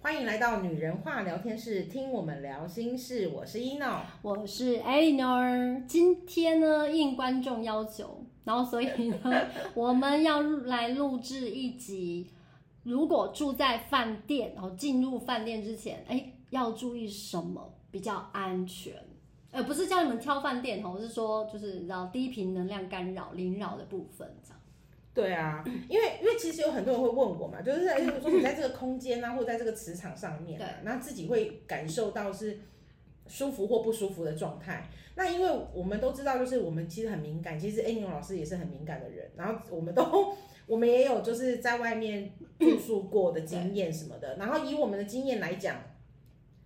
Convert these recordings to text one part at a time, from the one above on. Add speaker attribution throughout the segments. Speaker 1: 欢迎来到女人话聊天室，听我们聊心事。我是 ino，
Speaker 2: 我是 Eleanor。今天呢，应观众要求，然后所以 呢，我们要来录制一集。如果住在饭店，然后进入饭店之前，哎，要注意什么比较安全？呃，不是叫你们挑饭店哦，我是说就是你知道低频能量干扰、邻扰的部分这样。
Speaker 1: 对啊，因为因为其实有很多人会问我嘛，就是在就是说你在这个空间啊，或在这个磁场上面、啊，那自己会感受到是舒服或不舒服的状态。那因为我们都知道，就是我们其实很敏感，其实 A 牛老师也是很敏感的人，然后我们都 我们也有就是在外面住宿过的经验什么的，然后以我们的经验来讲。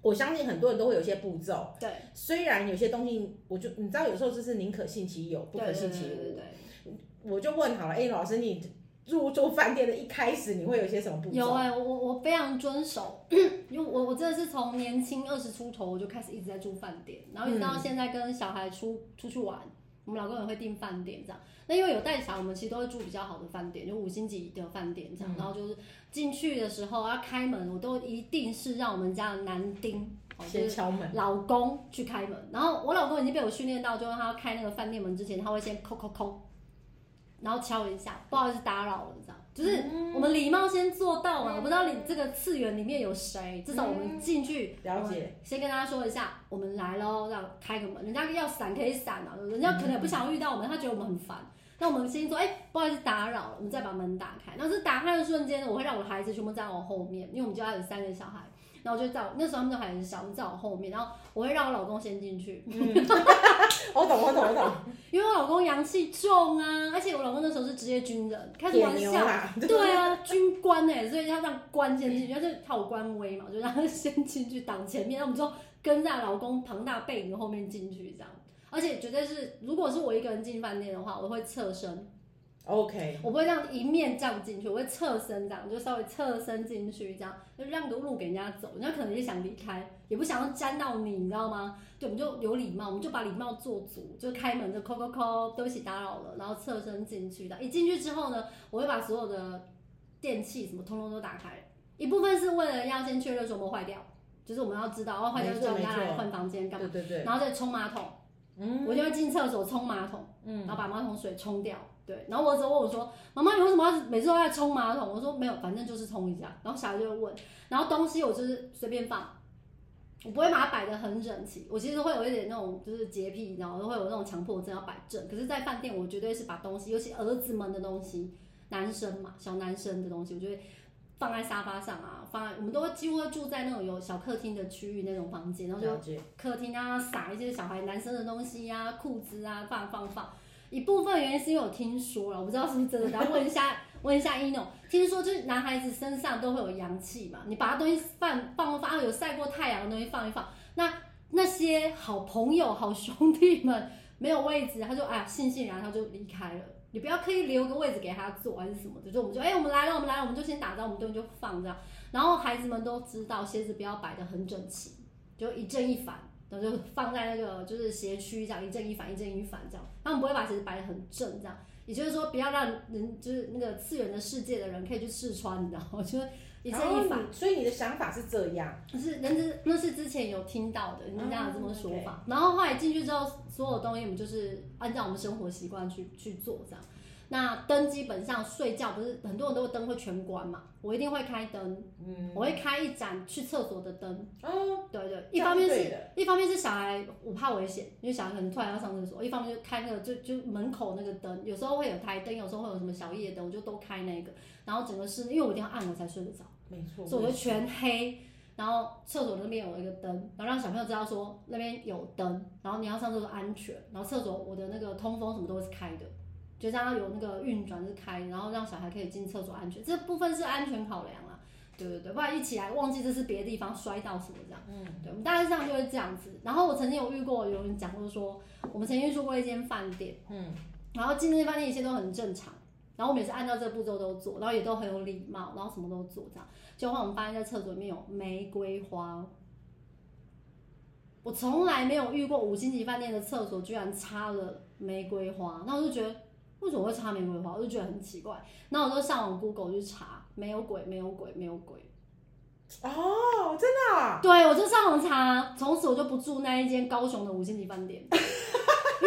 Speaker 1: 我相信很多人都会有一些步骤，
Speaker 2: 对，
Speaker 1: 虽然有些东西，我就你知道，有时候就是宁可信其有，不可信其
Speaker 2: 对对对
Speaker 1: 无。
Speaker 2: 对
Speaker 1: 我就问好了，哎、老师，你入住饭店的一开始，你会有一些什么步骤？
Speaker 2: 有哎、我我我非常遵守， 因为我我真的是从年轻二十出头我就开始一直在住饭店，然后一直
Speaker 1: 嗯
Speaker 2: 到现在跟小孩出出去玩，我们老公也会订饭店这样。那因为有带小孩，我们其实都会住比较好的饭店，就五星级的饭店这
Speaker 1: 嗯
Speaker 2: 样。然后就是进去的时候要开门，我都一定是让我们家的男丁，哦就是
Speaker 1: 先敲门，
Speaker 2: 老公去开门，然后我老公已经被我训练到，就是他要开那个饭店门之前，他会先叩叩叩，然后敲一下，不好意思打扰了，这样就是我们礼貌先做到嘛。我不知道你这个次元里面有谁，至少我们进去
Speaker 1: 了解，
Speaker 2: 我们先跟大家说一下，我们来喽，这样开个门，人家要闪可以闪啊，人家可能不想遇到我们，他觉得我们很烦。那我们先说，哎、不好意思打扰了，我们再把门打开。那是打开的瞬间呢，我会让我的孩子全部站我后面，因为我们家有三个小孩，然后我就在我那时候他们都还很小，我就在我后面，然后我会让我老公先进去，
Speaker 1: 我哦懂，我懂，我懂，
Speaker 2: 因为我老公阳气重啊，而且我老公那时候是职业军人， 开什么
Speaker 1: 铁
Speaker 2: 玩
Speaker 1: 牛
Speaker 2: 笑？
Speaker 1: 啦，
Speaker 2: 对啊，军官哎、所以他让官先进去，他就是他有官威嘛，就让他先进去挡前面，那我们就跟在老公庞大背影后面进去这样。而且绝对是，如果是我一个人进饭店的话，我会侧身，
Speaker 1: ，OK，
Speaker 2: 我不会这样一面这样进去，我会侧身这样，就稍微侧身进去，这样就让个路给人家走。人家可能也想离开，也不想要沾到你，你知道吗？对，我们就有礼貌，我们就把礼貌做足，就开门就扣扣扣，对不起打扰了，然后侧身进去的。一进去之后呢，我会把所有的电器什么通通都打开，一部分是为了要先确认说有没有坏掉，就是我们要知道，哦坏掉就叫人家来换房间干嘛，
Speaker 1: 对对对，
Speaker 2: 然后再冲马桶。
Speaker 1: 嗯
Speaker 2: 我就会进厕所冲马桶，
Speaker 1: 嗯
Speaker 2: 然后把马桶水冲掉。对，然后我儿子问我说：“妈妈，你为什么要每次都在冲马桶？”我说：“没有，反正就是冲一下。”然后小孩就会问，然后东西我就是随便放，我不会把它摆得很整齐。我其实会有一点那种就是洁癖，然后会有那种强迫症要摆正。可是，在饭店我绝对是把东西，尤其儿子们的东西，男生嘛，小男生的东西，我就会放在沙发上啊，放在我们都会几乎会住在那种有小客厅的区域那种房间，然后就
Speaker 1: 了解，
Speaker 2: 客厅啊，撒一些小孩男生的东西啊，裤子啊，放放放。一部分原因是因为我听说了，我不知道是不是真的，然后问一下 问一下一诺，听说就是男孩子身上都会有阳气嘛，你把他东西放放放，啊有晒过太阳的东西放一放，那那些好朋友、好兄弟们没有位置，他就哎呀悻悻然他就离开了。你不要刻意留个位置给他坐还是什么的，就我们就哎、我们来了我们来了，我们就先打招呼，我们东西就放这样。然后孩子们都知道鞋子不要摆得很整齐，就一正一反，然后就放在那个就是斜区这样一正一反一正一反这样，他们不会把鞋子摆得很正这样，也就是说不要让人就是那个次元的世界的人可以去试穿，你知道吗？就是一正一反
Speaker 1: 哦，你所以你的想法是这样，
Speaker 2: 是人之那是之前有听到的，人家有这么
Speaker 1: 哦
Speaker 2: 说法。然后后来进去之后，所有东西我们就是按照我们生活习惯去去做这样。那灯基本上睡觉不是很多人都灯会全关嘛，我一定会开灯，
Speaker 1: 嗯，
Speaker 2: 我会开一盏去厕所的灯。
Speaker 1: 哦，
Speaker 2: 对对，
Speaker 1: 这
Speaker 2: 一
Speaker 1: 样
Speaker 2: 方面
Speaker 1: 对
Speaker 2: 是
Speaker 1: 的
Speaker 2: 一方面是小孩我怕危险，因为小孩可能突然要上厕所；一方面就开那个就就门口那个灯，有时候会有台灯，有时候会有什么小夜灯，我就都开那个。然后整个室内，因为我一定要暗我才睡得着。
Speaker 1: 没错，
Speaker 2: 所以我就全黑。然后厕所那边有一个灯，然后让小朋友知道说那边有灯，然后你要上厕所安全，然后厕所我的那个通风什么都是开的，就让它有那个运转是开的，然后让小孩可以进厕所安全，这部分是安全考量啦。对对对，不然一起来忘记这是别的地方摔到什么这样。
Speaker 1: 嗯，
Speaker 2: 对，我们大概上就会这样子。然后我曾经有遇过有人讲过说，我们曾经住过一间饭店，
Speaker 1: 嗯，
Speaker 2: 然后进那间饭店一切都很正常，然后我们也是按照这个步骤都做，然后也都很有礼貌，然后什么都做这样。结果后来我们发现，在厕所里面有玫瑰花。我从来没有遇过五星级饭店的厕所居然插了玫瑰花，那我就觉得为什么会插玫瑰花，我就觉得很奇怪。然后我就上网 Google 去查，没有鬼，没有鬼，没有鬼。
Speaker 1: 哦，哦，真的啊、
Speaker 2: 对，我就上网查，从此我就不住那一间高雄的五星级饭店， 因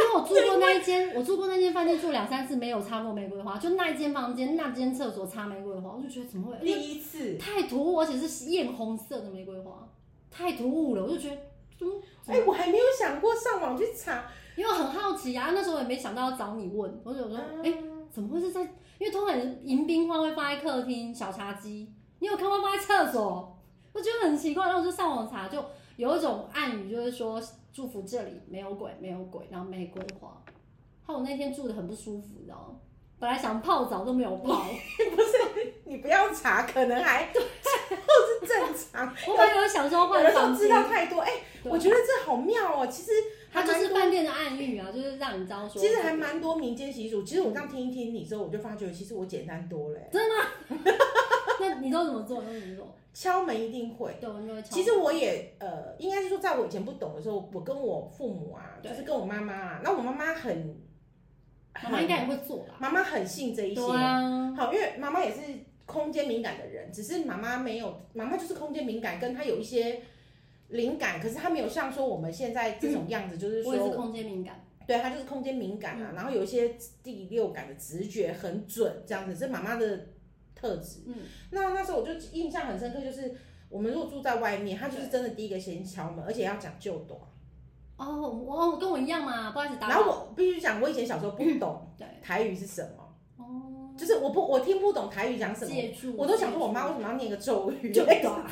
Speaker 2: 为我住过那一间，我住过那间饭店住两三次没有插过玫瑰花，就那一间房间那间厕所插玫瑰花，我就觉得怎么会？因为
Speaker 1: 第一次，
Speaker 2: 太突兀，而且是艳红色的玫瑰花，太突兀了，我就觉得，嗯，
Speaker 1: 哎、我还没有想过上网去查，
Speaker 2: 因为我很好奇啊，那时候也没想到要找你问，我就说，
Speaker 1: 嗯
Speaker 2: 哎、
Speaker 1: 哦
Speaker 2: 怎么会是在？因为通常迎宾花会放在客厅小茶几，你有看过放在厕所？我觉得很奇怪，然后我就上网查，就有一种暗语，就是说祝福这里没有鬼，没有鬼，然后玫瑰花。还有我那天住的很不舒服，你知道吗？本来想泡澡都没有泡，
Speaker 1: 你不要查，可能还 都是正常。
Speaker 2: 我本来有想说
Speaker 1: 有
Speaker 2: 换
Speaker 1: 的时候
Speaker 2: 房
Speaker 1: 知
Speaker 2: 间，
Speaker 1: 道太多，哎、
Speaker 2: 对
Speaker 1: 我觉得这好妙哦。其实还
Speaker 2: 它就
Speaker 1: 蛮
Speaker 2: 是
Speaker 1: 多，
Speaker 2: 饭店的暗喻啊，就是让你知道说，
Speaker 1: 其实还蛮多民间习俗。其实我这样听一听你之后，我就发觉其实我简单多了、哎
Speaker 2: 那你都怎么做？你都怎么做？
Speaker 1: 敲门一定会。
Speaker 2: 对，我们就会敲。
Speaker 1: 其实我也呃，应该是说，在我以前不懂的时候，我跟我父母啊，
Speaker 2: 对
Speaker 1: 就是跟我妈妈啊，那我妈妈很，
Speaker 2: 妈妈应该也会做吧？
Speaker 1: 妈妈很信这一些，
Speaker 2: 对啊，
Speaker 1: 好，因为妈妈也是空间敏感的人，只是妈妈没有，妈妈就是空间敏感，跟她有一些灵感，可是她没有像说我们现在这种样子，就是
Speaker 2: 嗯我也是
Speaker 1: 说，
Speaker 2: 空间敏感，
Speaker 1: 对，她就是空间敏感
Speaker 2: 嗯
Speaker 1: 啊，然后有一些第六感的直觉很准，这样子这是妈妈的特质。
Speaker 2: 嗯，
Speaker 1: 那那时候我就印象很深刻，就是我们如果住在外面，她就是真的第一个先敲门，而且要讲究懂。
Speaker 2: 哦，我我跟我一样嘛，不好意思打
Speaker 1: 然
Speaker 2: 扰。
Speaker 1: 后我必须讲，我以前小时候不懂
Speaker 2: 嗯对，
Speaker 1: 台语是什么，
Speaker 2: 哦，
Speaker 1: 就是我不我听不懂台语讲什么。
Speaker 2: 借助，
Speaker 1: 我都想说，我妈为什么要念个咒语？
Speaker 2: 就 啊短，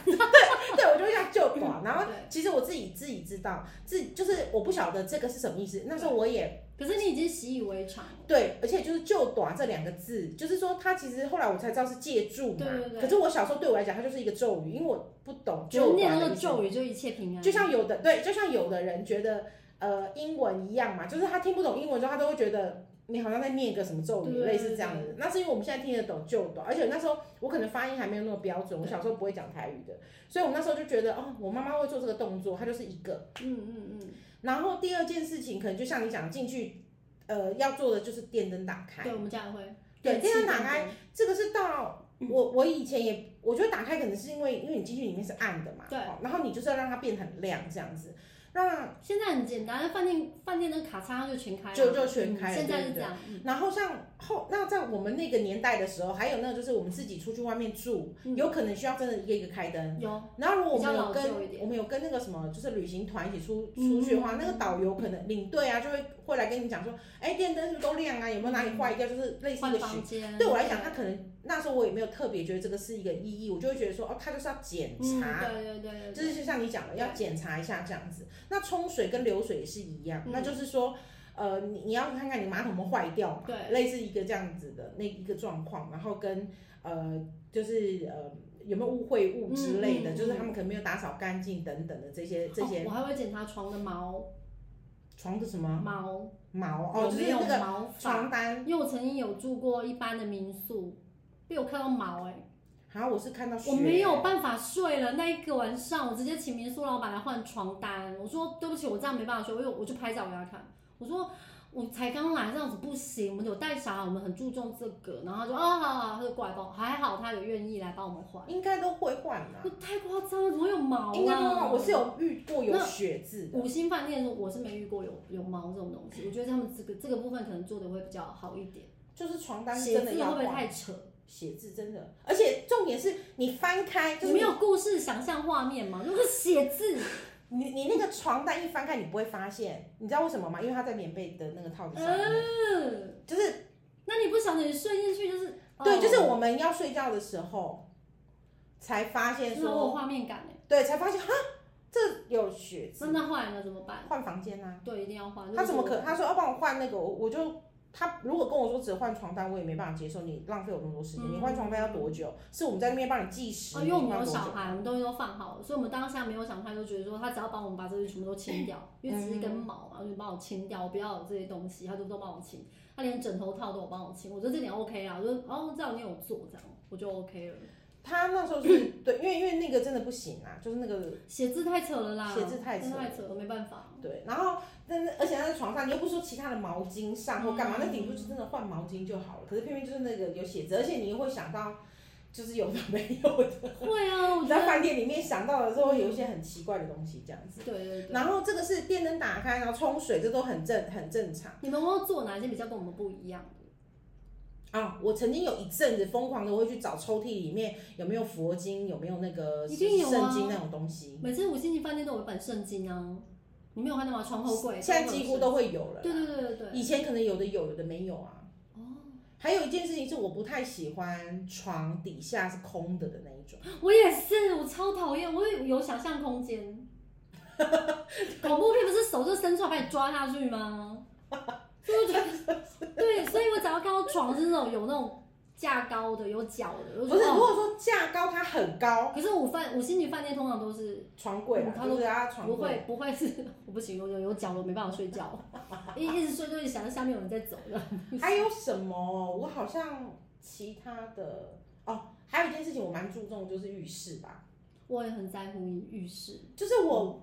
Speaker 1: 对，我就想就短。然后
Speaker 2: 对
Speaker 1: 其实我自己自己知道，自就是我不晓得这个是什么意思。那时候我也
Speaker 2: 可是你已经习以为常了。
Speaker 1: 对，而且就是就短这两个字，就是说它其实后来我才知道是借助嘛。
Speaker 2: 对对对
Speaker 1: 可是我小时候对我来讲，它就是一个咒语，因为我不懂
Speaker 2: 就
Speaker 1: 就
Speaker 2: 念
Speaker 1: 短
Speaker 2: 那
Speaker 1: 的
Speaker 2: 个啊
Speaker 1: 意思。
Speaker 2: 咒语就一切平安，
Speaker 1: 就像有的对，就像有的人觉得呃英文一样嘛，就是他听不懂英文之后，他都会觉得你好像在念一个什么咒语，
Speaker 2: 对
Speaker 1: 类似这样子。那是因为我们现在听得懂就懂，而且那时候我可能发音还没有那么标准，我小时候不会讲台语的，所以我那时候就觉得哦，我妈妈会做这个动作，她就是一个。
Speaker 2: 嗯嗯嗯，
Speaker 1: 然后第二件事情可能就像你讲进去，呃，要做的就是电灯打开
Speaker 2: 对，。我们家也会，
Speaker 1: 对
Speaker 2: 电器
Speaker 1: 这样打开
Speaker 2: 灯，
Speaker 1: 这个是到
Speaker 2: 嗯
Speaker 1: 我我以前也，我觉得打开可能是因为因为你进去里面是暗的嘛，
Speaker 2: 对嗯
Speaker 1: 哦，然后你就是要让它变很亮这样子，让
Speaker 2: 现在很简单，饭店饭店的卡插就全开
Speaker 1: 嗯
Speaker 2: 了，
Speaker 1: 就就全开了
Speaker 2: 嗯现在
Speaker 1: 对对
Speaker 2: 是这
Speaker 1: 对
Speaker 2: 样，嗯
Speaker 1: 然后像后那在我们那个年代的时候，还有那个就是我们自己出去外面住，
Speaker 2: 嗯
Speaker 1: 有可能需要真的一个一个开灯。
Speaker 2: 有
Speaker 1: 然后如果我们有
Speaker 2: 比较老旧一
Speaker 1: 跟
Speaker 2: 点
Speaker 1: 我们有跟那个什么就是旅行团一起出
Speaker 2: 嗯
Speaker 1: 出去的话，那个导游可能领队啊就会会来跟你讲说，哎，电灯是不是都亮啊？有没有哪里坏掉？就是类似一
Speaker 2: 换
Speaker 1: 个循。
Speaker 2: 房间，
Speaker 1: 对我来讲，他可能那时候我也没有特别觉得这个是一个意义，我就会觉得说，哦，他就是要检
Speaker 2: 嗯，
Speaker 1: 查，
Speaker 2: 对对对对，
Speaker 1: 呃就是就像你讲的，
Speaker 2: 对
Speaker 1: 要检查一下这样子。那冲水跟流水也是一样，
Speaker 2: 嗯
Speaker 1: 那就是说，呃，你你要看看你马桶有没有坏掉嘛，
Speaker 2: 对
Speaker 1: 类似一个这样子的那一个状况，然后跟呃，就是呃有没有污秽物之类的，
Speaker 2: 嗯嗯嗯
Speaker 1: 就是他们可能没有打扫干净等等的这些这
Speaker 2: 哦
Speaker 1: 些
Speaker 2: 我还会检查床的毛
Speaker 1: 床的什么
Speaker 2: 毛
Speaker 1: 毛嗯哦，
Speaker 2: 有
Speaker 1: 就是
Speaker 2: 没有
Speaker 1: 那个
Speaker 2: 毛发，
Speaker 1: 床单。
Speaker 2: 因为我曾经有住过一般的民宿，被我看到毛哎、
Speaker 1: 然后我是看到
Speaker 2: 我
Speaker 1: 血
Speaker 2: 没有办法睡了，那一个晚上我直接请民宿老板来换床单。我说对不起，我这样没办法睡，我有我就拍照给他看。我说我才刚来，这样子不行，我们有带小孩，我们很注重这个。然后他就啊，好好好他就过来帮我，还好他有愿意来帮我们换。
Speaker 1: 应该都会换啦
Speaker 2: 我，太夸张了，怎么会有毛啊？
Speaker 1: 嗯应该都会换。我是有遇过有
Speaker 2: 那
Speaker 1: 血渍的，
Speaker 2: 五星饭店，我是没遇过有有毛这种东 西。我觉得他们这个这个部分可能做的会比较好一点。
Speaker 1: 就是床单是
Speaker 2: 写
Speaker 1: 哦真
Speaker 2: 字
Speaker 1: 的
Speaker 2: 会
Speaker 1: 要
Speaker 2: 不会
Speaker 1: 换。
Speaker 2: 太扯？
Speaker 1: 写字真的，而且重点是你翻开，就
Speaker 2: 你
Speaker 1: 是
Speaker 2: 没有故事想象画面吗？如果写字，
Speaker 1: 你你那个床单一翻开，你不会发现，你知道为什么吗？因为它在棉被的那个套子上面，
Speaker 2: 嗯。
Speaker 1: 就是
Speaker 2: 那你不想着你睡进去就是
Speaker 1: 对，就是
Speaker 2: 哦
Speaker 1: 我们要睡觉的时候才发现
Speaker 2: 那我有
Speaker 1: 说，
Speaker 2: 画面感哎，
Speaker 1: 对，才发现哈，这有血
Speaker 2: 那
Speaker 1: 渍，
Speaker 2: 那坏了怎么办？哦
Speaker 1: 换房间啊，
Speaker 2: 对，一定要换。
Speaker 1: 他怎么
Speaker 2: 如果
Speaker 1: 可？他说要哦帮我换那个，我我就。他如果跟我说只换床单，我也没办法接受。你浪费我那么多时间，
Speaker 2: 嗯
Speaker 1: 你换床单要多久？是我们在那边帮你计时，
Speaker 2: 哦，因为我
Speaker 1: 你换
Speaker 2: 们有
Speaker 1: 多久
Speaker 2: 小孩，我们东西都放好了，所以我们当下没有想太多，觉得说他只要帮我们把这些全部都清掉，因为只是一根
Speaker 1: 嗯
Speaker 2: 毛嘛，就帮我清掉，不要有这些东西，他都都帮我清，他连枕头套都有帮我清，我觉得这点 OK 啊，我就哦，这样你有做这样，我就 OK 了。
Speaker 1: 他那时候是对，因为因为那个真的不行啊，就是那个
Speaker 2: 写字太扯了啦，
Speaker 1: 写字太扯
Speaker 2: 真的
Speaker 1: 了
Speaker 2: 太扯了，没办法。
Speaker 1: 对，然后但是而且他在床上，你又不说其他的毛巾上或干嘛，
Speaker 2: 嗯
Speaker 1: 那顶多就真的换毛巾就好了。可是偏偏就是那个有写字，而且你又会想到就是有的没有的。
Speaker 2: 会啊，我
Speaker 1: 你
Speaker 2: 觉
Speaker 1: 在
Speaker 2: 得
Speaker 1: 饭店里面想到的时候，会有一些很奇怪的东西这样子。
Speaker 2: 对对对。
Speaker 1: 然后这个是电灯打开，然后冲水，这都很正很正常。
Speaker 2: 你们有没有做哪些比较跟我们不一样的？
Speaker 1: 啊，我曾经有一阵子疯狂的会去找抽屉里面有没有佛经，有没有那个
Speaker 2: 一定有啊
Speaker 1: 圣经那种东西，
Speaker 2: 每次五星级饭店都有一本圣经啊，你没有看到吗？床头柜
Speaker 1: 现在几乎都会有
Speaker 2: 有
Speaker 1: 了。
Speaker 2: 对对对对哦对。
Speaker 1: 以前可能有的有，有的没有啊。还有一件事情是我不太喜欢床底下是空的的那一种，
Speaker 2: 我也是，我超讨厌，我有有想象 空间。恐怖片不是手就伸出来把你抓下去吗？所以我觉得，对，所以我只要看到床是那种有那种架高的、有脚的，我
Speaker 1: 不
Speaker 2: 就是
Speaker 1: 如
Speaker 2: 哦。
Speaker 1: 果说架高它很高，
Speaker 2: 可是五饭五星级饭店通常都是
Speaker 1: 床柜啦
Speaker 2: 嗯，它
Speaker 1: 对
Speaker 2: 都
Speaker 1: 不对？它床
Speaker 2: 不
Speaker 1: 柜
Speaker 2: 会不会是 我不行，我有有脚我没办法睡 觉，一一直睡就一直想到下面有人在走的。
Speaker 1: 还有什么？我好像其他的哦，还有一件事情我蛮注重就是浴室吧。
Speaker 2: 我也很在乎浴室，
Speaker 1: 就是我，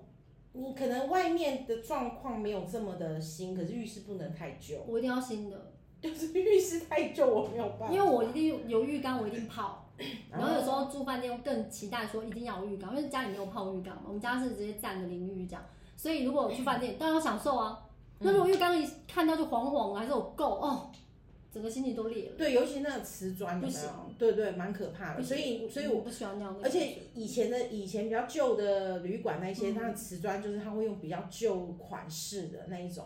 Speaker 1: 你可能外面的状况没有这么的新，可是浴室不能太旧，
Speaker 2: 我一定要新的，
Speaker 1: 就是浴室太旧我没有办法。
Speaker 2: 因为我一定有浴缸，我一定泡。然后有时
Speaker 1: 候
Speaker 2: 候住饭店更期待说一定要有浴缸，因为家里没有泡浴缸嘛，我们家是直接站着淋浴这样。所以如果我去饭店，当然要享受啊。那如果浴缸一看到就黄黄的，还是有垢哦，整个心情都裂了。
Speaker 1: 对，尤其那个瓷砖有
Speaker 2: 不
Speaker 1: 没
Speaker 2: 行
Speaker 1: 有？对对，蛮可怕的。所以，所以我。
Speaker 2: 不喜欢那样的
Speaker 1: 而
Speaker 2: 感觉。
Speaker 1: 且以前的以前比较旧的旅馆那
Speaker 2: 嗯
Speaker 1: 些，它的瓷砖就是它会用比较旧款式的那一种，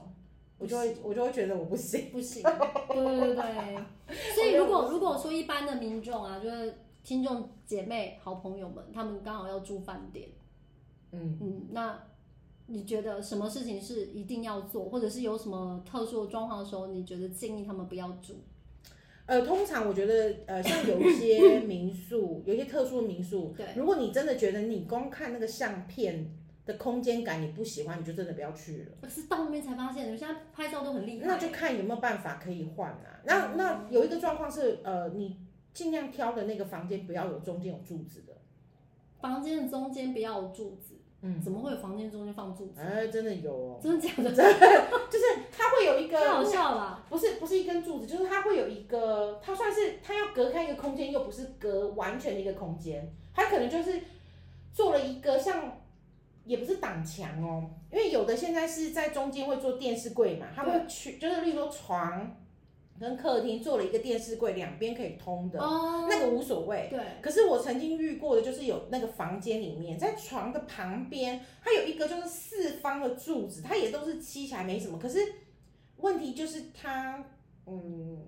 Speaker 1: 我就会我就会觉得我不行。
Speaker 2: 不行，对对对对。所以如果如果说一般的民众啊，就是听众姐妹、好朋友们，他们刚好要住饭店，
Speaker 1: 嗯，
Speaker 2: 嗯，那你觉得什么事情是一定要做，或者是有什么特殊的状况的时候，你觉得建议他们不要住？
Speaker 1: 呃，通常我觉得，呃，像有一 些民宿，有一些特殊的民宿，
Speaker 2: 对
Speaker 1: 如果你真的觉得你光看那个相片的空间感你不喜欢，你就真的不要去了。
Speaker 2: 可是到后面才发现，人家拍照都很厉害。
Speaker 1: 那就看有没有办法可以换啊。那那有一个状况是，呃，你尽量挑的那个房间不要有中间有柱子的。
Speaker 2: 房间的中间不要有柱子，
Speaker 1: 嗯，
Speaker 2: 怎么会有房间中间放柱子？
Speaker 1: 哎，真的有 哦，
Speaker 2: 真的假的？
Speaker 1: 就是它会有一
Speaker 2: 太好
Speaker 1: 个，
Speaker 2: 笑了吧。
Speaker 1: 不是不是一根柱子，就是它会有一个，它算是它要隔开一个空间，又不是隔完全的一个空间，它可能就是做了一个像。也不是挡墙哦，因为有的现在是在中间会做电视柜嘛，它会去就是例如说床跟客厅做了一个电视柜，两边可以通的，
Speaker 2: 哦，
Speaker 1: 那个无所谓。
Speaker 2: 对，
Speaker 1: 可是我曾经遇过的，就是有那个房间里面，在床的旁边，它有一个就是四方的柱子，它也都是漆起来没什么。可是问题就是它，嗯，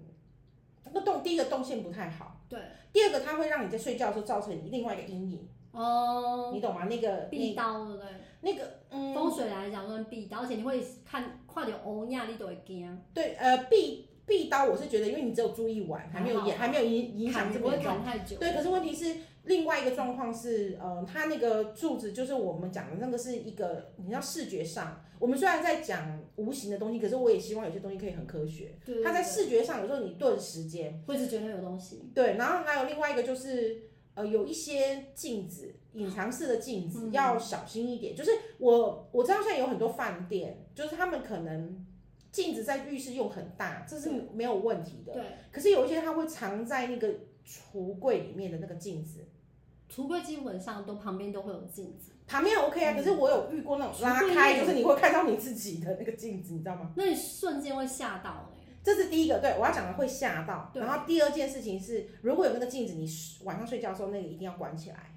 Speaker 1: 那个动第一个动线不太好，
Speaker 2: 对，
Speaker 1: 第二个它会让你在睡觉的时候造成另外一个阴影，
Speaker 2: 哦，
Speaker 1: 你懂吗？那个
Speaker 2: 壁
Speaker 1: 那
Speaker 2: 刀对不对？
Speaker 1: 那个嗯，
Speaker 2: 风水来讲算壁刀，而且你会看看到欧亚你都会惊，
Speaker 1: 对呃壁壁刀，我是觉得因为你只有住一晚，还没有也还没有影影响
Speaker 2: 砍
Speaker 1: 这
Speaker 2: 不
Speaker 1: 么
Speaker 2: 会
Speaker 1: 严重。
Speaker 2: 砍太久。
Speaker 1: 对，可是问题是另外一个状况是，呃，它那个柱子就是我们讲的那个是一个，你知道视觉上，我们虽然在讲无形的东西，可是我也希望有些东西可以很科学。
Speaker 2: 对，对
Speaker 1: 它在
Speaker 2: 对
Speaker 1: 视觉上有时候你顿时间，
Speaker 2: 会是觉得有东西，
Speaker 1: 对，然后还有另外一个就是。呃，有一些镜子，隐藏式的镜子、
Speaker 2: 嗯
Speaker 1: 要小心一点。就是我我知道现在有很多饭店，就是他们可能镜子在浴室用很大，这是没有问题的。
Speaker 2: 对，
Speaker 1: 可是有一些它会藏在那个橱柜里面的那个镜子，
Speaker 2: 橱柜基本上都旁边都会有镜子。
Speaker 1: 旁边 OK
Speaker 2: 嗯
Speaker 1: 啊，可是我有遇过那种拉开，就是你会看到你自己的那个镜子，你知道吗？
Speaker 2: 那你瞬间会吓到哎、
Speaker 1: 这是第一个，对我要讲的会吓到。
Speaker 2: 对
Speaker 1: 然后第二件事情是，如果有那个镜子，你晚上睡觉的时候那个一定要关起来。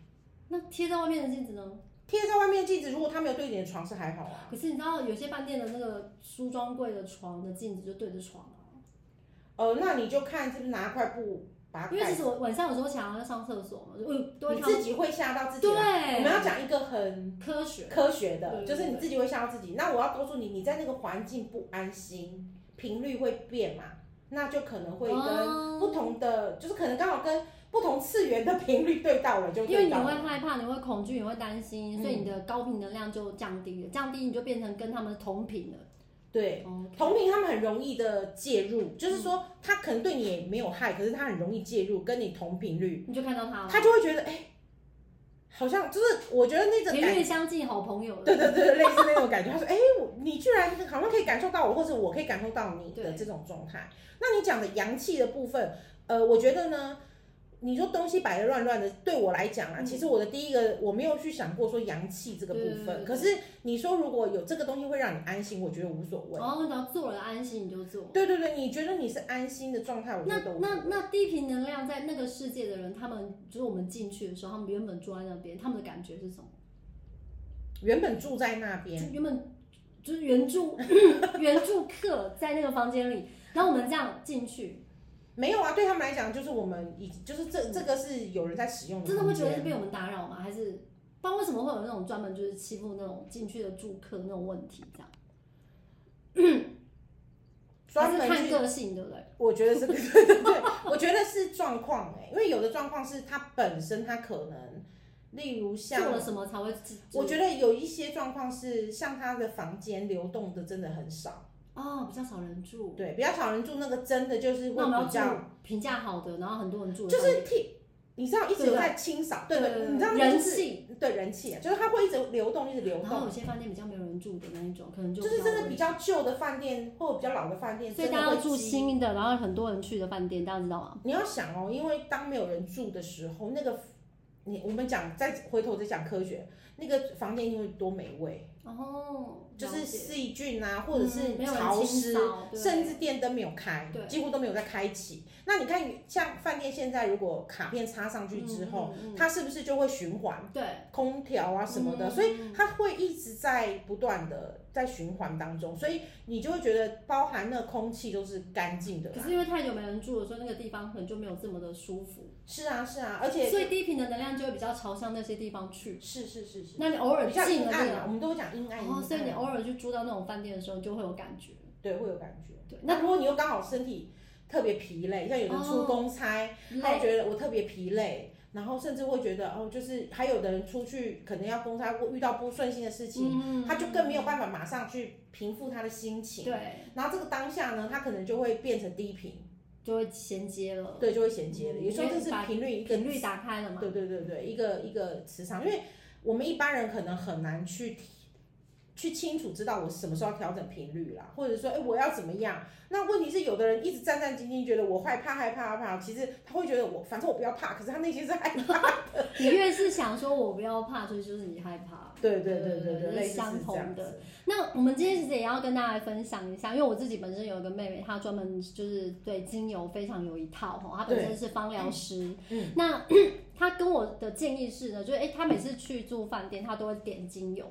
Speaker 2: 那贴在外面的镜子呢？
Speaker 1: 贴在外面的镜子，如果它没有对你的床是还好啊。
Speaker 2: 可是你知道有些饭店的那个梳妆柜的床的镜子就对着床啊，
Speaker 1: 呃，那你就看是不是拿块布把它
Speaker 2: 因为
Speaker 1: 盖
Speaker 2: 其
Speaker 1: 住。
Speaker 2: 实我晚上有时候想要上厕所嘛，就嗯都会
Speaker 1: 你
Speaker 2: 看到
Speaker 1: 自己会吓到自己啊。我们
Speaker 2: 对
Speaker 1: 要讲一个很
Speaker 2: 科学
Speaker 1: 科学的，
Speaker 2: 对对
Speaker 1: 就是你
Speaker 2: 对
Speaker 1: 自己会吓到自己。那我要告诉你，你在那个环境不安心，频率会变嘛，那就可能会跟
Speaker 2: 哦
Speaker 1: 不同的，就是可能刚好跟不同次元的频率对到了，就
Speaker 2: 因为
Speaker 1: 对
Speaker 2: 你
Speaker 1: 到
Speaker 2: 会
Speaker 1: 了。
Speaker 2: 害怕，你会恐惧，你会担心，
Speaker 1: 嗯
Speaker 2: 所以你的高频能量就降低了，降低你就变成跟他们同频了。
Speaker 1: 对，
Speaker 2: 哦，
Speaker 1: 同频他们很容易的介入，就是说他可能对你也没有害，可是他很容易介入，跟你同频率，
Speaker 2: 你就看到他了，
Speaker 1: 他就会觉得哎、好像就是我觉得那种
Speaker 2: 频
Speaker 1: 感，
Speaker 2: 率相近，好朋友了。
Speaker 1: 对对对，类似那种感觉。他说哎、我你居然好像可以感受到我，或者我可以感受到你的
Speaker 2: 对
Speaker 1: 这种状态。那你讲的阳气的部分，呃，我觉得呢，你说东西摆的乱乱的，对我来讲啊，
Speaker 2: 嗯
Speaker 1: 其实我的第一个我没有去想过说阳气这个部分。
Speaker 2: 对对对
Speaker 1: 可是你说如果有这个东西会让你安心，我觉得无所谓。
Speaker 2: 然后只要做了安心，你就做。
Speaker 1: 对对对，你觉得你是安心的状态，我觉
Speaker 2: 那
Speaker 1: 得都无所
Speaker 2: 那
Speaker 1: 谓
Speaker 2: 那低频能量在那个世界的人，他们就是我们进去的时候，他们原本坐在那边，他们的感觉是什么？
Speaker 1: 原本住在那
Speaker 2: 就
Speaker 1: 边，
Speaker 2: 原本就是原住 原住客在那个房间里，然后我们这样进去，
Speaker 1: 没有啊？对他们来讲，就是我们已就是这这个是有人在使用的空间，
Speaker 2: 真的会觉得是被我们打扰吗？还是不知道为什么会有那种专门就是欺负那种进去的住客那种问题，这样
Speaker 1: 专
Speaker 2: 还是
Speaker 1: 门
Speaker 2: 看
Speaker 1: 去。
Speaker 2: 个性，对不对？
Speaker 1: 我觉得 是，对对对对，我觉得是状况哎，因为有的状况是他本身他可能，例如
Speaker 2: 做
Speaker 1: 像
Speaker 2: 了什么才会？就是
Speaker 1: 我觉得有一些状况是，像他的房间流动的真的很少，
Speaker 2: 哦，比较少人住，
Speaker 1: 对，比较少人住那个真的就是
Speaker 2: 那我
Speaker 1: 会
Speaker 2: 们
Speaker 1: 比
Speaker 2: 要
Speaker 1: 较，
Speaker 2: 住评价好的，然后很多人住的
Speaker 1: 就
Speaker 2: 房间，
Speaker 1: 是替，你知道一直有在清扫，对对，你知道那
Speaker 2: 人
Speaker 1: 就是
Speaker 2: 性。
Speaker 1: 对人气啊，就是它会一直流动，一直流
Speaker 2: 然后
Speaker 1: 动，
Speaker 2: 有些饭店比较没有人住的那一种，可能就
Speaker 1: 就是
Speaker 2: 比较
Speaker 1: 真的比较旧的饭店或者比较老的饭店，
Speaker 2: 所以
Speaker 1: 真
Speaker 2: 大
Speaker 1: 的
Speaker 2: 家
Speaker 1: 会
Speaker 2: 要住
Speaker 1: 积
Speaker 2: 新的，然后很多人去的饭店，大家知道吗？
Speaker 1: 你要想哦，因为当没有人住的时候，那个你我们讲再回头再讲科学，那个房间因为多美味，
Speaker 2: 哦，
Speaker 1: 就是
Speaker 2: 了解
Speaker 1: 细菌啊，或者是
Speaker 2: 嗯没有人
Speaker 1: 潮
Speaker 2: 清
Speaker 1: 湿，
Speaker 2: 扫对
Speaker 1: 甚至电灯没有开
Speaker 2: 对，
Speaker 1: 几乎都没有在开启。那你看，像饭店现在如果卡片插上去之后，，
Speaker 2: 嗯嗯
Speaker 1: 它是不是就会循环
Speaker 2: 嗯对
Speaker 1: 空调啊什么的？
Speaker 2: 嗯
Speaker 1: 所以它会一直在不断的在循环当中，所以你就会觉得包含那空气都是干净的啦
Speaker 2: 可。是因为太久没人住了，所以那个地方可能就没有这么的舒服，
Speaker 1: 是啊，是啊，而且
Speaker 2: 所以低频的能量就会比较朝向那些地方去。
Speaker 1: 是是是是，
Speaker 2: 那你偶尔
Speaker 1: 比较
Speaker 2: 进
Speaker 1: 阴
Speaker 2: 了
Speaker 1: 暗
Speaker 2: 这
Speaker 1: 啊，
Speaker 2: 个，
Speaker 1: 我们都会讲阴暗，
Speaker 2: 哦，
Speaker 1: 阴
Speaker 2: 所以你
Speaker 1: 暗
Speaker 2: 偶尔去住到那种饭店的时候，就会有感觉。
Speaker 1: 对会有感觉。
Speaker 2: 对，哦
Speaker 1: 那如果你又刚好身体特别疲累，像有人出公差，他会
Speaker 2: 累，
Speaker 1: 觉得我特别疲累，然后甚至会觉得哦，就是还有的人出去可能要公差或遇到不顺心的事情，
Speaker 2: 嗯
Speaker 1: 他就更没有办法马上去平复他的心情。
Speaker 2: 对，
Speaker 1: 然后这个当下呢，他可能就会变成低频，
Speaker 2: 就会衔接了，
Speaker 1: 对，就会衔接了。
Speaker 2: 嗯
Speaker 1: 也就是说
Speaker 2: 因为
Speaker 1: 这是
Speaker 2: 把
Speaker 1: 频率一个
Speaker 2: 频率打开了嘛。
Speaker 1: 对对对对，一个一个磁场，因为我们一般人可能很难去去清楚知道我什么时候要调整频率啦，或者说，哎，我要怎么样？那问题是，有的人一直战战兢兢，觉得我害怕害怕害怕，其实他会觉得我反正我不要怕，可是他内心是害 怕。
Speaker 2: 你越是想说我不要怕，所以就是你害怕。
Speaker 1: 对对对对对，
Speaker 2: 是
Speaker 1: 类似
Speaker 2: 嗯相
Speaker 1: 是这
Speaker 2: 同
Speaker 1: 样
Speaker 2: 的
Speaker 1: 子。
Speaker 2: 那我们今天其实也要跟大家来分享一下，因为我自己本身有一个妹妹，她专门就是对精油非常有一套哈，她本身是芳疗师。
Speaker 1: 嗯，
Speaker 2: 那 她跟我的建议是呢，就是哎、诶她每次去住饭店，她都会点精油，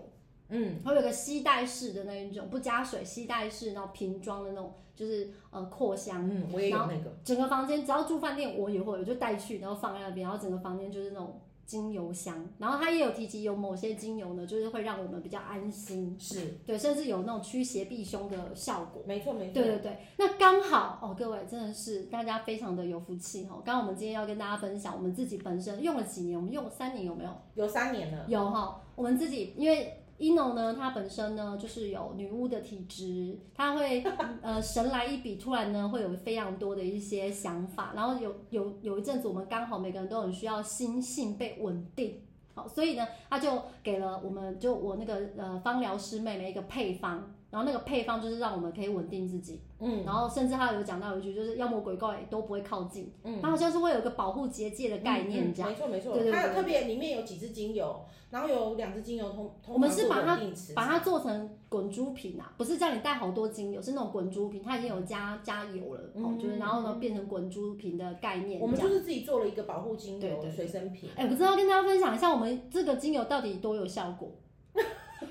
Speaker 1: 嗯，
Speaker 2: 会有一个吸带式的那一种，不加水吸带式，然后瓶装的那种，就是呃扩香。
Speaker 1: 嗯，我也有那个，
Speaker 2: 整个房间只要住饭店，我也会，我就带去，然后放在那边，然后整个房间就是那种精油香。然后她也有提及有某些精油呢，就是会让我们比较安心。
Speaker 1: 是
Speaker 2: 对，甚至有那种驱邪避凶的效果。
Speaker 1: 没错没
Speaker 2: 对
Speaker 1: 错，
Speaker 2: 对对，那刚好哦，各位真的是大家非常的有福气哦。刚刚我们今天要跟大家分享，我们自己本身用了几年，我们用了三年有没有？
Speaker 1: 有三年了，
Speaker 2: 有哈、我们自己因为。ino 呢，它本身呢就是有女巫的体质，它会呃神来一笔，突然呢会有非常多的一些想法，然后有有有一阵子我们刚好每个人都很需要心性被稳定，好，所以呢他就给了我们就我那个呃芳疗师妹妹一个配方，然后那个配方就是让我们可以稳定自己，
Speaker 1: 嗯
Speaker 2: 然后甚至他有讲到一句就是妖魔鬼怪都不会靠近，
Speaker 1: 嗯。
Speaker 2: 它好像是会有一个保护结界的概念这
Speaker 1: 嗯
Speaker 2: 样。
Speaker 1: 没错没错
Speaker 2: 对，对
Speaker 1: 它有
Speaker 2: 对
Speaker 1: 特别里面有几支精油，然后有两支精油通通
Speaker 2: 我们是
Speaker 1: 常
Speaker 2: 把
Speaker 1: 做
Speaker 2: 它
Speaker 1: 稳定磁
Speaker 2: 把
Speaker 1: 场
Speaker 2: 它做成滚珠瓶啊，不是叫你带好多精油，是那种滚珠瓶，它已经有加加油了，哦，
Speaker 1: 嗯
Speaker 2: 就是然后呢变成滚珠瓶的概念
Speaker 1: 我们
Speaker 2: 这
Speaker 1: 就
Speaker 2: 样。
Speaker 1: 是自己做了一个保护精
Speaker 2: 对对
Speaker 1: 油
Speaker 2: 对
Speaker 1: 随身瓶。
Speaker 2: 哎、我不知道跟大家分享一下，我们这个精油到底多有效果。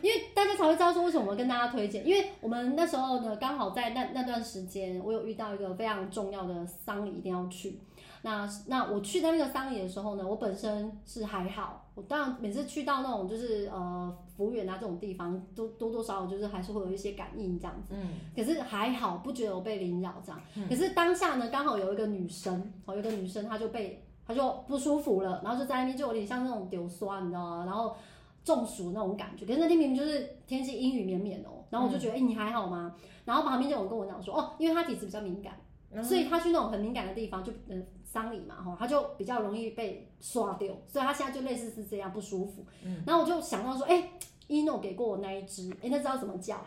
Speaker 2: 因为大家才会知道说为什么我们跟大家推荐，因为我们那时候呢刚好在那那段时间，我有遇到一个非常重要的丧礼，一定要去。那那我去到那个丧礼的时候呢，我本身是还好，我当然每次去到那种就是呃服务员啊这种地方，都多多少少就是还是会有一些感应这样子。
Speaker 1: 嗯，
Speaker 2: 可是还好，不觉得我被凌扰这样。可是当下呢，刚好有一个女生，哦，有一个女生她就被她就不舒服了，然后就在那边就有点像那种丢酸，你知道吗？然后中暑那种感觉。可是那天明明就是天气阴雨绵绵哦，然后我就觉得，哎、你还好吗？然后旁边就有人跟我讲说，哦，因为她体质比较敏感，
Speaker 1: 然后
Speaker 2: 所以她去那种很敏感的地方就嗯丧礼嘛，哈，她就比较容易被刷掉，所以她现在就类似是这样不舒服。然后我就想到说，哎、一诺给过我那一支，哎、那知道怎么叫？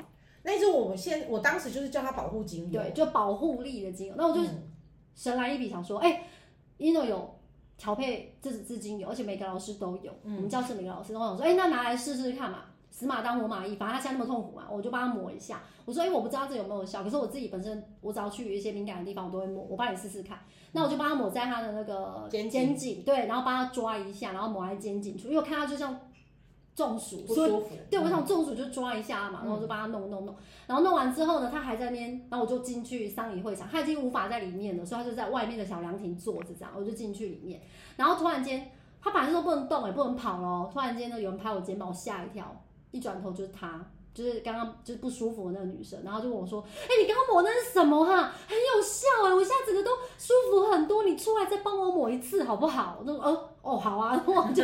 Speaker 1: 那一支我们现我当时就是叫它保护精油，
Speaker 2: 对，就保护力的精油。那我就
Speaker 1: 嗯
Speaker 2: 神来一笔想说，哎、i n o 有调配这支资金有，而且每个老师都有，
Speaker 1: 嗯
Speaker 2: 我们教室每个老师都有说，哎、那拿来试试看嘛，死马当活马医，反正他现在那么痛苦嘛，我就帮他磨一下。我说，哎、我不知道这有没有效，可是我自己本身，我只要去一些敏感的地方，我都会磨，我帮你试试看。那我就帮他抹在他的那个
Speaker 1: 肩颈
Speaker 2: 肩颈，对，然后帮他抓一下，然后抹在肩颈处，因为我看他就像中暑，
Speaker 1: 不
Speaker 2: 所以
Speaker 1: 舒服。嗯
Speaker 2: 对，我想中暑就抓一下嘛，然后我就帮他弄弄弄，然后弄完之后呢，他还在那边，然后我就进去丧仪会场，他已经无法在里面了，所以他就在外面的小凉亭坐着这样，我就进去里面，然后突然间他本来是说不能动也不能跑咯，突然间呢有人拍我肩膀，我吓一跳，一转头就是他。就是刚刚就是不舒服的那个女生，然后就问我说：“哎、你刚刚抹那是什么哈、很有效哎、我现在整个都舒服很多，你出来再帮我抹一次好不好？”那哦哦好啊， 然后我就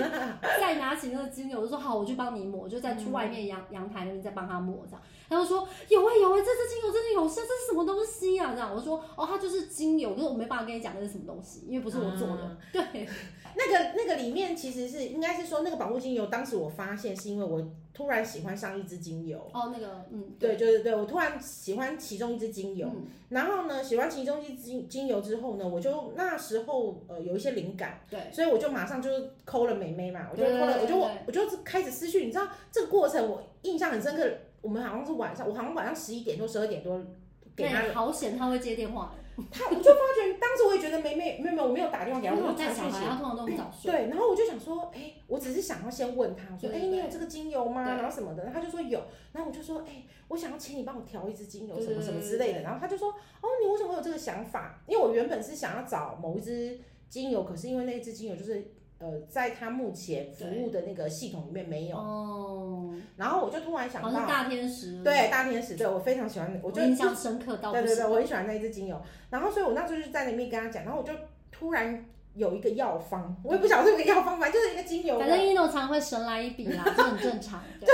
Speaker 2: 再拿起那个精油，我就说好，我去帮你抹，就在出外面阳阳台那边再帮他抹这样。他就说有哎、有哎、这支精油真的有效，这是什么东西啊？这样我说哦，它就是精油，可是我没办法跟你讲这是什么东西，因为不是我做的。对，
Speaker 1: 那个那个里面其实是应该是说那个保护精油，当时我发现是因为我突然喜欢上一支精油。
Speaker 2: 哦那个嗯，
Speaker 1: 对，就是对我突然喜欢其中一支精油，
Speaker 2: 嗯
Speaker 1: 然后呢，喜欢其中一支精精油之后呢，我就那时候呃有一些灵感，
Speaker 2: 对，
Speaker 1: 所以我就马上就是抠了美眉嘛，我就
Speaker 2: 对对
Speaker 1: 抠了，
Speaker 2: 对
Speaker 1: 我就
Speaker 2: 对
Speaker 1: 我我就开始思绪，你知道这个过程我印象很深刻，我们好像是晚上，我好像晚上十一点多十二点多给他
Speaker 2: 那你好险他会接电话，
Speaker 1: 他我就发觉，当时我也觉得没没没有没有，我没有打电话给
Speaker 2: 因
Speaker 1: 他，
Speaker 2: 为
Speaker 1: 我
Speaker 2: 我
Speaker 1: 就
Speaker 2: 带
Speaker 1: 传讯
Speaker 2: 小孩，
Speaker 1: 息。
Speaker 2: 他通常都很早睡。
Speaker 1: 对，然后我就想说，哎、我只是想要先问他，我说，哎、
Speaker 2: 对对
Speaker 1: 你
Speaker 2: 对
Speaker 1: 有这个精油吗？
Speaker 2: 对
Speaker 1: 然后什么的，他就说有，然后我就说，哎、我想要请你帮我调一支精油，
Speaker 2: 对
Speaker 1: 什
Speaker 2: 对
Speaker 1: 么
Speaker 2: 对
Speaker 1: 什么
Speaker 2: 对
Speaker 1: 之
Speaker 2: 对
Speaker 1: 类的。然后他就说，哦，你为什么有这个想法？因为我原本是想要找某一支精油，可是因为那支精油就是。呃，在他目前服务的那个系统里面没有，
Speaker 2: 哦，
Speaker 1: 然后我就突然想
Speaker 2: 好像是
Speaker 1: 到，
Speaker 2: 大天使，，
Speaker 1: 对大天使，对我非常喜欢，我
Speaker 2: 我
Speaker 1: 就
Speaker 2: 印象深刻到不
Speaker 1: 对对
Speaker 2: 行。
Speaker 1: 对，我很喜欢那一支精油。然后所以我那时候就是在那边跟他讲，然后我就突然有一个药方，我也不晓得是个药方，反正就是一个精油，
Speaker 2: 反正一诺常会神来一笔啦，这很 正常。对，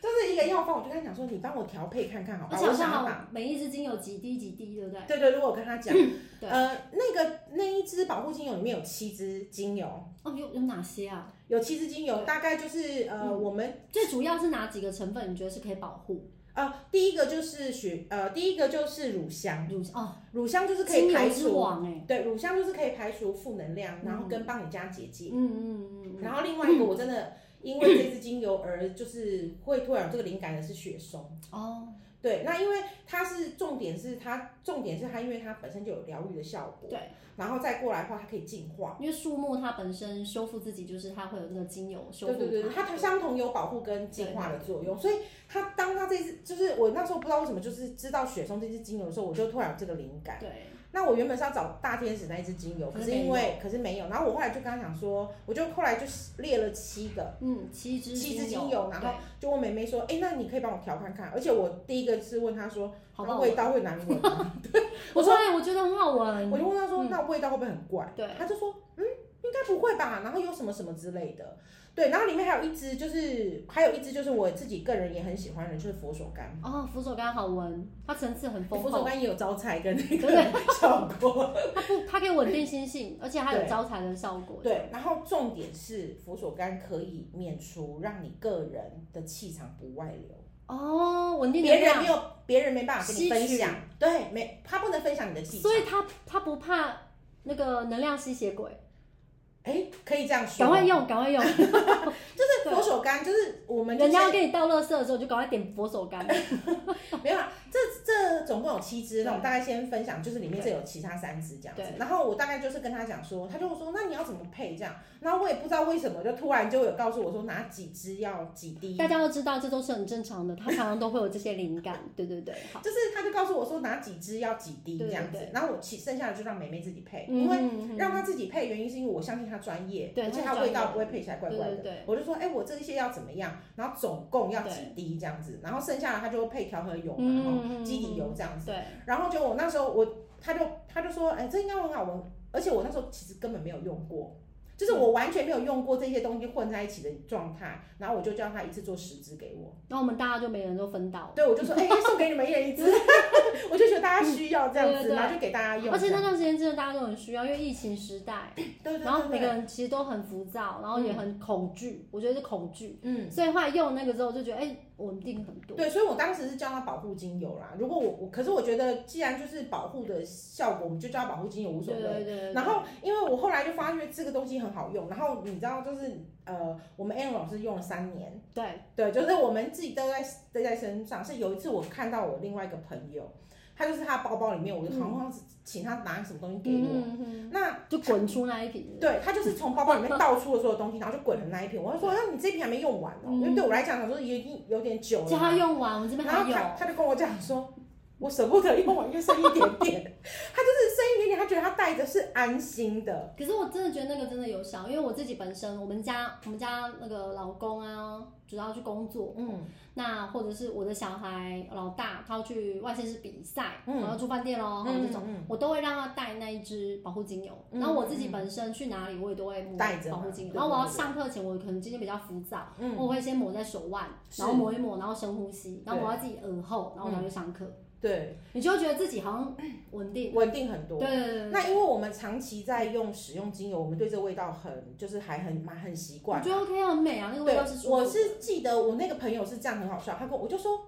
Speaker 1: 就是一个药方。我就跟他讲说，你帮我调配看看好
Speaker 2: 而
Speaker 1: 吧，
Speaker 2: 且
Speaker 1: 我
Speaker 2: 好像
Speaker 1: 想要
Speaker 2: 好
Speaker 1: 把。
Speaker 2: 每一支精油几滴几滴，对不对？
Speaker 1: 对对，如果我跟他讲，
Speaker 2: 嗯对
Speaker 1: 呃，那个那一支保护精油里面有七支精油，
Speaker 2: 哦，有有哪些啊？
Speaker 1: 有七支精油，大概就是呃、
Speaker 2: 嗯
Speaker 1: 我们
Speaker 2: 最主要是哪几个成分？你觉得是可以保护？
Speaker 1: 呃第一个就是雪呃第一个就是乳香，
Speaker 2: 乳哦，
Speaker 1: 乳香就是可以
Speaker 2: 精油
Speaker 1: 排
Speaker 2: 之
Speaker 1: 除，
Speaker 2: 王哎，
Speaker 1: 对，乳香就是可以排除负能量，然后
Speaker 2: 嗯
Speaker 1: 跟帮你加结界。
Speaker 2: 嗯嗯嗯嗯，
Speaker 1: 然后另外一个我真的因为这支精油而就是会突然有这个灵感的是雪松，
Speaker 2: 哦，
Speaker 1: 对，那因为它是重点是它重点是它因为它本身就有疗愈的效果，
Speaker 2: 对，
Speaker 1: 然后再过来的话它可以净化，
Speaker 2: 因为树木它本身修复自己，就是它会有那个精油修
Speaker 1: 对
Speaker 2: 复
Speaker 1: 对对，它它相同有保护跟净化的作用，所以它当它这支就是我那时候不知道为什么就是知道雪松这支精油的时候，我就突然有这个灵感。
Speaker 2: 对，
Speaker 1: 那我原本是要找大天使那一支精油，
Speaker 2: 可
Speaker 1: 可
Speaker 2: 是
Speaker 1: 是因为可是没有，然后我后来就跟他讲说，我就后来就列了七个。
Speaker 2: 嗯，七支
Speaker 1: 七支
Speaker 2: 精
Speaker 1: 精油然后
Speaker 2: 对
Speaker 1: 就问梅梅说：“哎、那你可以帮我调看看？”而且我第一个是问她说：“
Speaker 2: 好不
Speaker 1: 那
Speaker 2: 好
Speaker 1: 味
Speaker 2: 闻？
Speaker 1: 道会难闻吗？”
Speaker 2: 我
Speaker 1: 我
Speaker 2: 说
Speaker 1: 说
Speaker 2: 哎，我觉得很好
Speaker 1: 我
Speaker 2: 闻，
Speaker 1: 就问她说：“
Speaker 2: 嗯
Speaker 1: 那味道会不会很怪？”
Speaker 2: 对
Speaker 1: 她就说：“嗯，应该不会吧。”然后有什么什么之类的。对，然后里面还有一支，就是还有一支就是我自己个人也很喜欢的，就是佛手柑。
Speaker 2: 哦，扶手柑好闻，它层次很丰
Speaker 1: 佛手
Speaker 2: 厚，
Speaker 1: 柑也有招财跟那
Speaker 2: 对
Speaker 1: 个 效果。
Speaker 2: 它不，它可以稳定心性，而且它有
Speaker 1: 对
Speaker 2: 招财的效果。
Speaker 1: 对，然后重点是佛手柑可以免除让你个人的气场不外流。
Speaker 2: 哦，稳定能
Speaker 1: 别人
Speaker 2: 量
Speaker 1: 没。有，别人没办法跟
Speaker 2: 吸
Speaker 1: 你分
Speaker 2: 取
Speaker 1: 享，对，没他不能分享你的技巧
Speaker 2: 所，以他他不怕那个能量吸血鬼，
Speaker 1: 哎，可以这样说，
Speaker 2: 赶快，用，赶快用。
Speaker 1: 就是佛手柑，就是嗯我们这
Speaker 2: 人
Speaker 1: 些
Speaker 2: 家要给你倒垃圾的时候，就赶快点佛手柑。
Speaker 1: 没有啦，这这总共有七支，那我们大概先分享，就是里面这有其他三支这样子
Speaker 2: 对，
Speaker 1: 然后我大概就是跟他讲说，他就说那你要怎么配这样，然后我也不知道为什么，就突然就有告诉我说哪几支要几滴
Speaker 2: 大。家要知道，这都是很正常的，他常常都会有这些灵感。对对对，好，
Speaker 1: 就是他就告诉我说哪几支要几滴
Speaker 2: 对
Speaker 1: 这
Speaker 2: 对
Speaker 1: 样子，
Speaker 2: 对
Speaker 1: 然后我其剩下的就让梅梅自己配，因为
Speaker 2: 嗯，
Speaker 1: 让她自己配，原因是因为我相信她专业，
Speaker 2: 对
Speaker 1: 而且她
Speaker 2: 她是专
Speaker 1: 味
Speaker 2: 业
Speaker 1: 道
Speaker 2: 的
Speaker 1: 不会配起来怪怪的。
Speaker 2: 对对对
Speaker 1: 我就说，哎、我这些要怎么样？然后总共要几滴这样子，然后剩下的他就会配调和油嘛，然
Speaker 2: 嗯嗯嗯嗯
Speaker 1: 后基底油这样子。
Speaker 2: 对，
Speaker 1: 然后就我那时候我，他就他就说，哎、这应该很好闻，而且我那时候其实根本没有用过，就是
Speaker 2: 嗯
Speaker 1: 我完全没有用过这些东西混在一起的状态，然后我就叫他一次做十支给我，
Speaker 2: 然后我们大家就每人都分到，
Speaker 1: 对我就说，哎、送给你们一人一支， 我就觉得大家需要这样子，
Speaker 2: 对对对
Speaker 1: 然后就给大家用，
Speaker 2: 而且那段时间真的大家都很需要，因为疫情时代，
Speaker 1: 对对对
Speaker 2: 然后每个
Speaker 1: 对
Speaker 2: 人其实都很浮躁，然后也很恐惧，我觉得是恐惧，
Speaker 1: 嗯。
Speaker 2: 所以后来用那个之后就觉得，哎，稳定很多。
Speaker 1: 对，所以我当时是叫他保护精油啦。如果我我，可是我觉得既然就是保护的效果，我们就叫他保护精油无所
Speaker 2: 对
Speaker 1: 谓。
Speaker 2: 对对，
Speaker 1: 然后，因为我后来就发觉这个东西很好用，然后你知道，就是呃，我们 Aaron 老师用了三年，
Speaker 2: 对
Speaker 1: 对，就是我们自己都在都在身上。是有一次我看到我另外一个朋友，他就是他的包包里面，我就好像是请他拿什么东西给我，
Speaker 2: 嗯，
Speaker 1: 那
Speaker 2: 就滚出那一瓶，
Speaker 1: 对他就是从包包里 面倒出了所有东西，然后就滚了那一瓶。我就说，那你这瓶还没用完
Speaker 2: 嗯
Speaker 1: 哦，因为对我来讲，我说也已经有点久了
Speaker 2: 叫
Speaker 1: 嘛
Speaker 2: 他。用啊完，我们这边
Speaker 1: 然
Speaker 2: 还
Speaker 1: 后他
Speaker 2: 有，
Speaker 1: 他就跟我讲说，我舍不得用完，就剩一点点。 他就是剩一点点，他觉得他带着是安心的。
Speaker 2: 可是我真的觉得那个真的有效，因为我自己本身，我们家我们家那个老公啊，主要去工作，
Speaker 1: 嗯，
Speaker 2: 那或者是我的小孩老大，他要去外县市比赛，
Speaker 1: 嗯
Speaker 2: 然后住饭店喽，
Speaker 1: 嗯
Speaker 2: 哦这种
Speaker 1: 嗯
Speaker 2: 我都会让他带那一支保护精油。
Speaker 1: 嗯
Speaker 2: 然后我自己本身去哪里，我也都会抹
Speaker 1: 带着嘛
Speaker 2: 保护精油。
Speaker 1: 对
Speaker 2: 然后我要
Speaker 1: 对对
Speaker 2: 上课前，我可能今天比较浮躁，
Speaker 1: 嗯
Speaker 2: 我会先抹在手腕，
Speaker 1: 是
Speaker 2: 然后抹一抹，然后深呼吸，然后
Speaker 1: 对
Speaker 2: 抹到自己耳后，然后才去上课。
Speaker 1: 嗯对，
Speaker 2: 你就会觉得自己好像稳定。
Speaker 1: 稳定很
Speaker 2: 对
Speaker 1: 多。
Speaker 2: 对对对，
Speaker 1: 那因为我们长期在用使用精油，我们对这味道很就是还很蛮很习
Speaker 2: 我
Speaker 1: 惯。
Speaker 2: 觉得 OK 很美啊，那个味
Speaker 1: 对
Speaker 2: 道是，舒服
Speaker 1: 我
Speaker 2: 的
Speaker 1: 是记得我那个朋友是这样很好笑，他跟我我就说，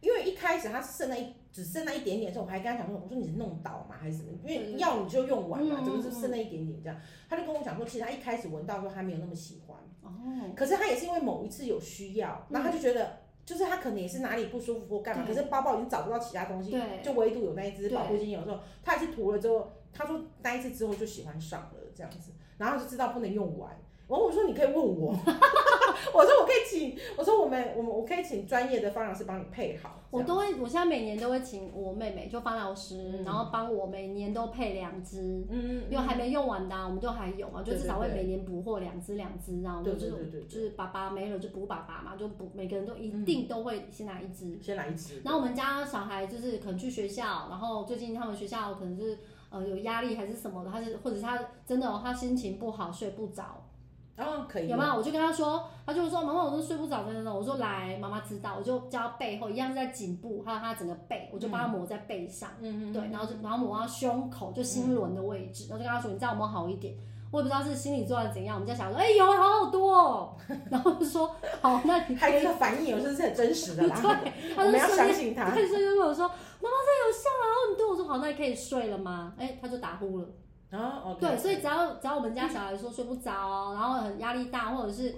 Speaker 1: 因为一开始他剩了一只剩那一点点的时候，我还跟他讲说，我说你是弄倒嘛还是什么？因
Speaker 2: 对
Speaker 1: 为
Speaker 2: 对
Speaker 1: 药你就用完嘛，
Speaker 2: 嗯
Speaker 1: 怎么
Speaker 2: 嗯
Speaker 1: 是剩那一点点这样？他就跟我讲说，其实他一开始闻到的时候他没有那么喜欢。
Speaker 2: 哦，
Speaker 1: 可是他也是因为某一次有需要，
Speaker 2: 嗯
Speaker 1: 然后他就觉得，就是他可能也是哪里不舒服或干嘛，可
Speaker 2: 对
Speaker 1: 是包包已经找不到其他东西，
Speaker 2: 对，
Speaker 1: 就唯独有那一支
Speaker 2: 对
Speaker 1: 保护精油之后，他也是涂了之后，他说那一次之后就喜欢上了这样子，然后就知道不能用完。然后我说你可以问 我，我说我可以请，我说我们我们我可以请专业的芳疗师帮你配好。
Speaker 2: 我
Speaker 1: 这样
Speaker 2: 都会，我现在每年都会请我妹妹，就方老师，
Speaker 1: 嗯
Speaker 2: 然后帮我每年都配两支，
Speaker 1: 嗯，
Speaker 2: 因为还没用完的、啊，我们都还有嘛，就
Speaker 1: 对
Speaker 2: 至少会
Speaker 1: 对对
Speaker 2: 每年补货两支两支啊，我
Speaker 1: 对
Speaker 2: 们就
Speaker 1: 对对
Speaker 2: 是
Speaker 1: 对
Speaker 2: 就
Speaker 1: 对，
Speaker 2: 是爸爸没了就补爸爸嘛，就补每个人都一定都会先拿一支。
Speaker 1: 先来一支。
Speaker 2: 然后我们家小孩就是可能去学校，然后最近他们学校可能是呃有压力还是什么的，他是或者是他真的、哦、他心情不好睡不着，
Speaker 1: 哦， 可以
Speaker 2: 有没有？我就跟他说，他就说妈妈，我都睡不着，真的。我说来，妈妈知道，我就叫他背后一样是在颈部，还有他整个背，我就帮他抹在背上，
Speaker 1: 嗯嗯，嗯
Speaker 2: 对，然后就然后抹到胸口，就心轮的位置，然后就跟他说，你知道有没有好一点？我也不知道是心理作用怎样，我们家小孩说，哎、有好好多、哦， 然后我就说好，那 你
Speaker 1: 还有一个反应，有时候是很真实的啦。
Speaker 2: 对，
Speaker 1: 我
Speaker 2: 他
Speaker 1: 们
Speaker 2: 就
Speaker 1: 要
Speaker 2: 睡
Speaker 1: 相
Speaker 2: 觉。
Speaker 1: 信他。
Speaker 2: 他就睡就跟我说：“妈妈，这有效啊！”然后你对我说：“好，那你可以睡了吗？”哎、他就打呼了。
Speaker 1: 哦，OK，
Speaker 2: 对，所以只要只要我们家小孩说睡不着，然后很压力大，或者是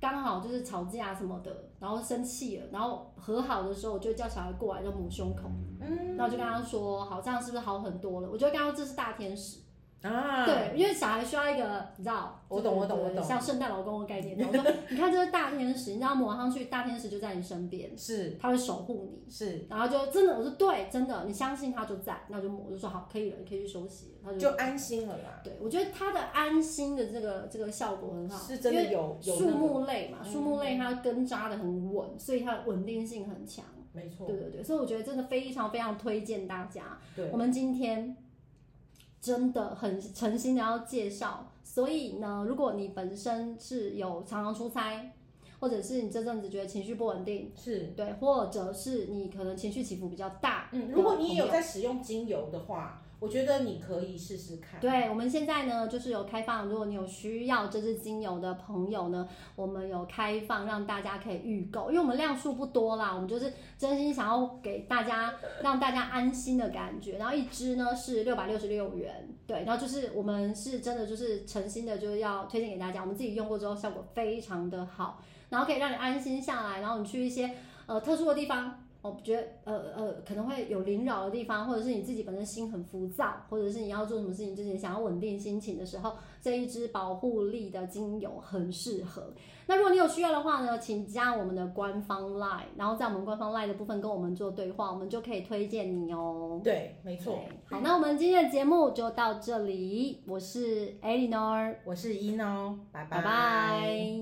Speaker 2: 刚好就是吵架什么的，然后生气了，然后和好的时候，我就会叫小孩过来就抹胸口，
Speaker 1: 嗯
Speaker 2: 然后我就跟他说，好，这样是不是好很多了？我就会跟他说这是大天使，
Speaker 1: 啊，
Speaker 2: 对，因为小孩需要一个你知道，
Speaker 1: 我懂我懂
Speaker 2: 对对对
Speaker 1: 我懂
Speaker 2: 像圣诞老公的概 念，我说你看这是大天使，你知道抹上去，大天使就在你身边，
Speaker 1: 是
Speaker 2: 他会守护你。
Speaker 1: 是，
Speaker 2: 然后就真的，我说对，真的，你相信他就在，那我就抹，我就说好，可以了，你可以去休息了。他就
Speaker 1: 就安心了啦，
Speaker 2: 对，我觉得它的安心的这个这个效果很好，
Speaker 1: 是真的有
Speaker 2: 因
Speaker 1: 有那
Speaker 2: 为树
Speaker 1: 个
Speaker 2: 木类嘛，
Speaker 1: 嗯
Speaker 2: 树木类它根扎的很稳，所以它的稳定性很强。
Speaker 1: 没错，
Speaker 2: 对对啊对，所以我觉得真的非常非常推荐大家。
Speaker 1: 对
Speaker 2: 我们今天真的很诚心的要介绍，所以呢，如果你本身是有常常出差，或者是你这阵子觉得情绪不稳定，
Speaker 1: 是，
Speaker 2: 对，或者是你可能情绪起伏比较大，
Speaker 1: 嗯，如果你也有在使用精油的话，我觉得你可以试试看，
Speaker 2: 对，我们现在呢就是有开放，如果你有需要这支精油的朋友呢，我们有开放让大家可以预购，因为我们量数不多啦，我们就是真心想要给大家让大家安心的感觉。然后一支呢是六百六十六元，对，然后就是我们是真的就是诚心的就是要推荐给大家，我们自己用过之后效果非常的好，然后可以让你安心下来，然后你去一些呃特殊的地方。我觉得呃呃可能会有凌扰的地方，或者是你自己本身心很浮躁，或者是你要做什么事情之前想要稳定心情的时候，这一支保护力的精油很适合。那如果你有需要的话呢，请加我们的官方 LINE，然后在我们官方 LINE 的部分跟我们做对话，我们就可以推荐你哦。
Speaker 1: 对，没错，
Speaker 2: 对好，那我们今天的节目就到这里，我是 Eleanor，
Speaker 1: 我是一诺，
Speaker 2: 拜拜